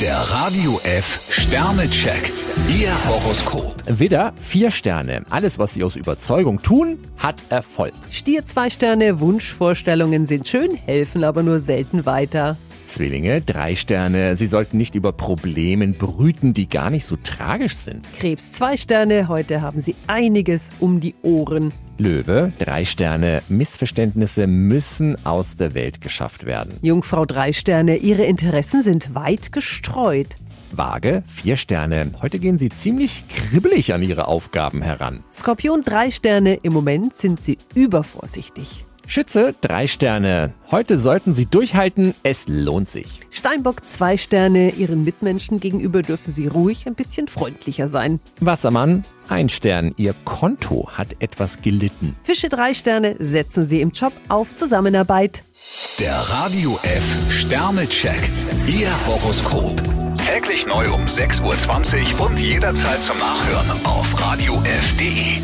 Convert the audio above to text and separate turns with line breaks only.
Der Radio F Sternecheck. Ihr Horoskop.
Widder, vier Sterne. Alles, was Sie aus Überzeugung tun, hat Erfolg.
Stier zwei Sterne, Wunschvorstellungen sind schön, helfen aber nur selten weiter.
Zwillinge, drei Sterne. Sie sollten nicht über Problemen brüten, die gar nicht so tragisch sind.
Krebs zwei Sterne, heute haben Sie einiges um die Ohren.
Löwe, drei Sterne. Missverständnisse müssen aus der Welt geschafft werden.
Jungfrau drei Sterne, Ihre Interessen sind weit gestreut.
Waage, vier Sterne. Heute gehen Sie ziemlich kribbelig an Ihre Aufgaben heran.
Skorpion drei Sterne, im Moment sind Sie übervorsichtig.
Schütze, drei Sterne. Heute sollten Sie durchhalten. Es lohnt sich.
Steinbock zwei Sterne, Ihren Mitmenschen gegenüber dürfen Sie ruhig ein bisschen freundlicher sein.
Wassermann, ein Stern. Ihr Konto hat etwas gelitten.
Fische drei Sterne, setzen Sie im Job auf Zusammenarbeit.
Der Radio F Sternecheck. Ihr Horoskop. Täglich neu um 6.20 Uhr und jederzeit zum Nachhören auf Radio radiof.de.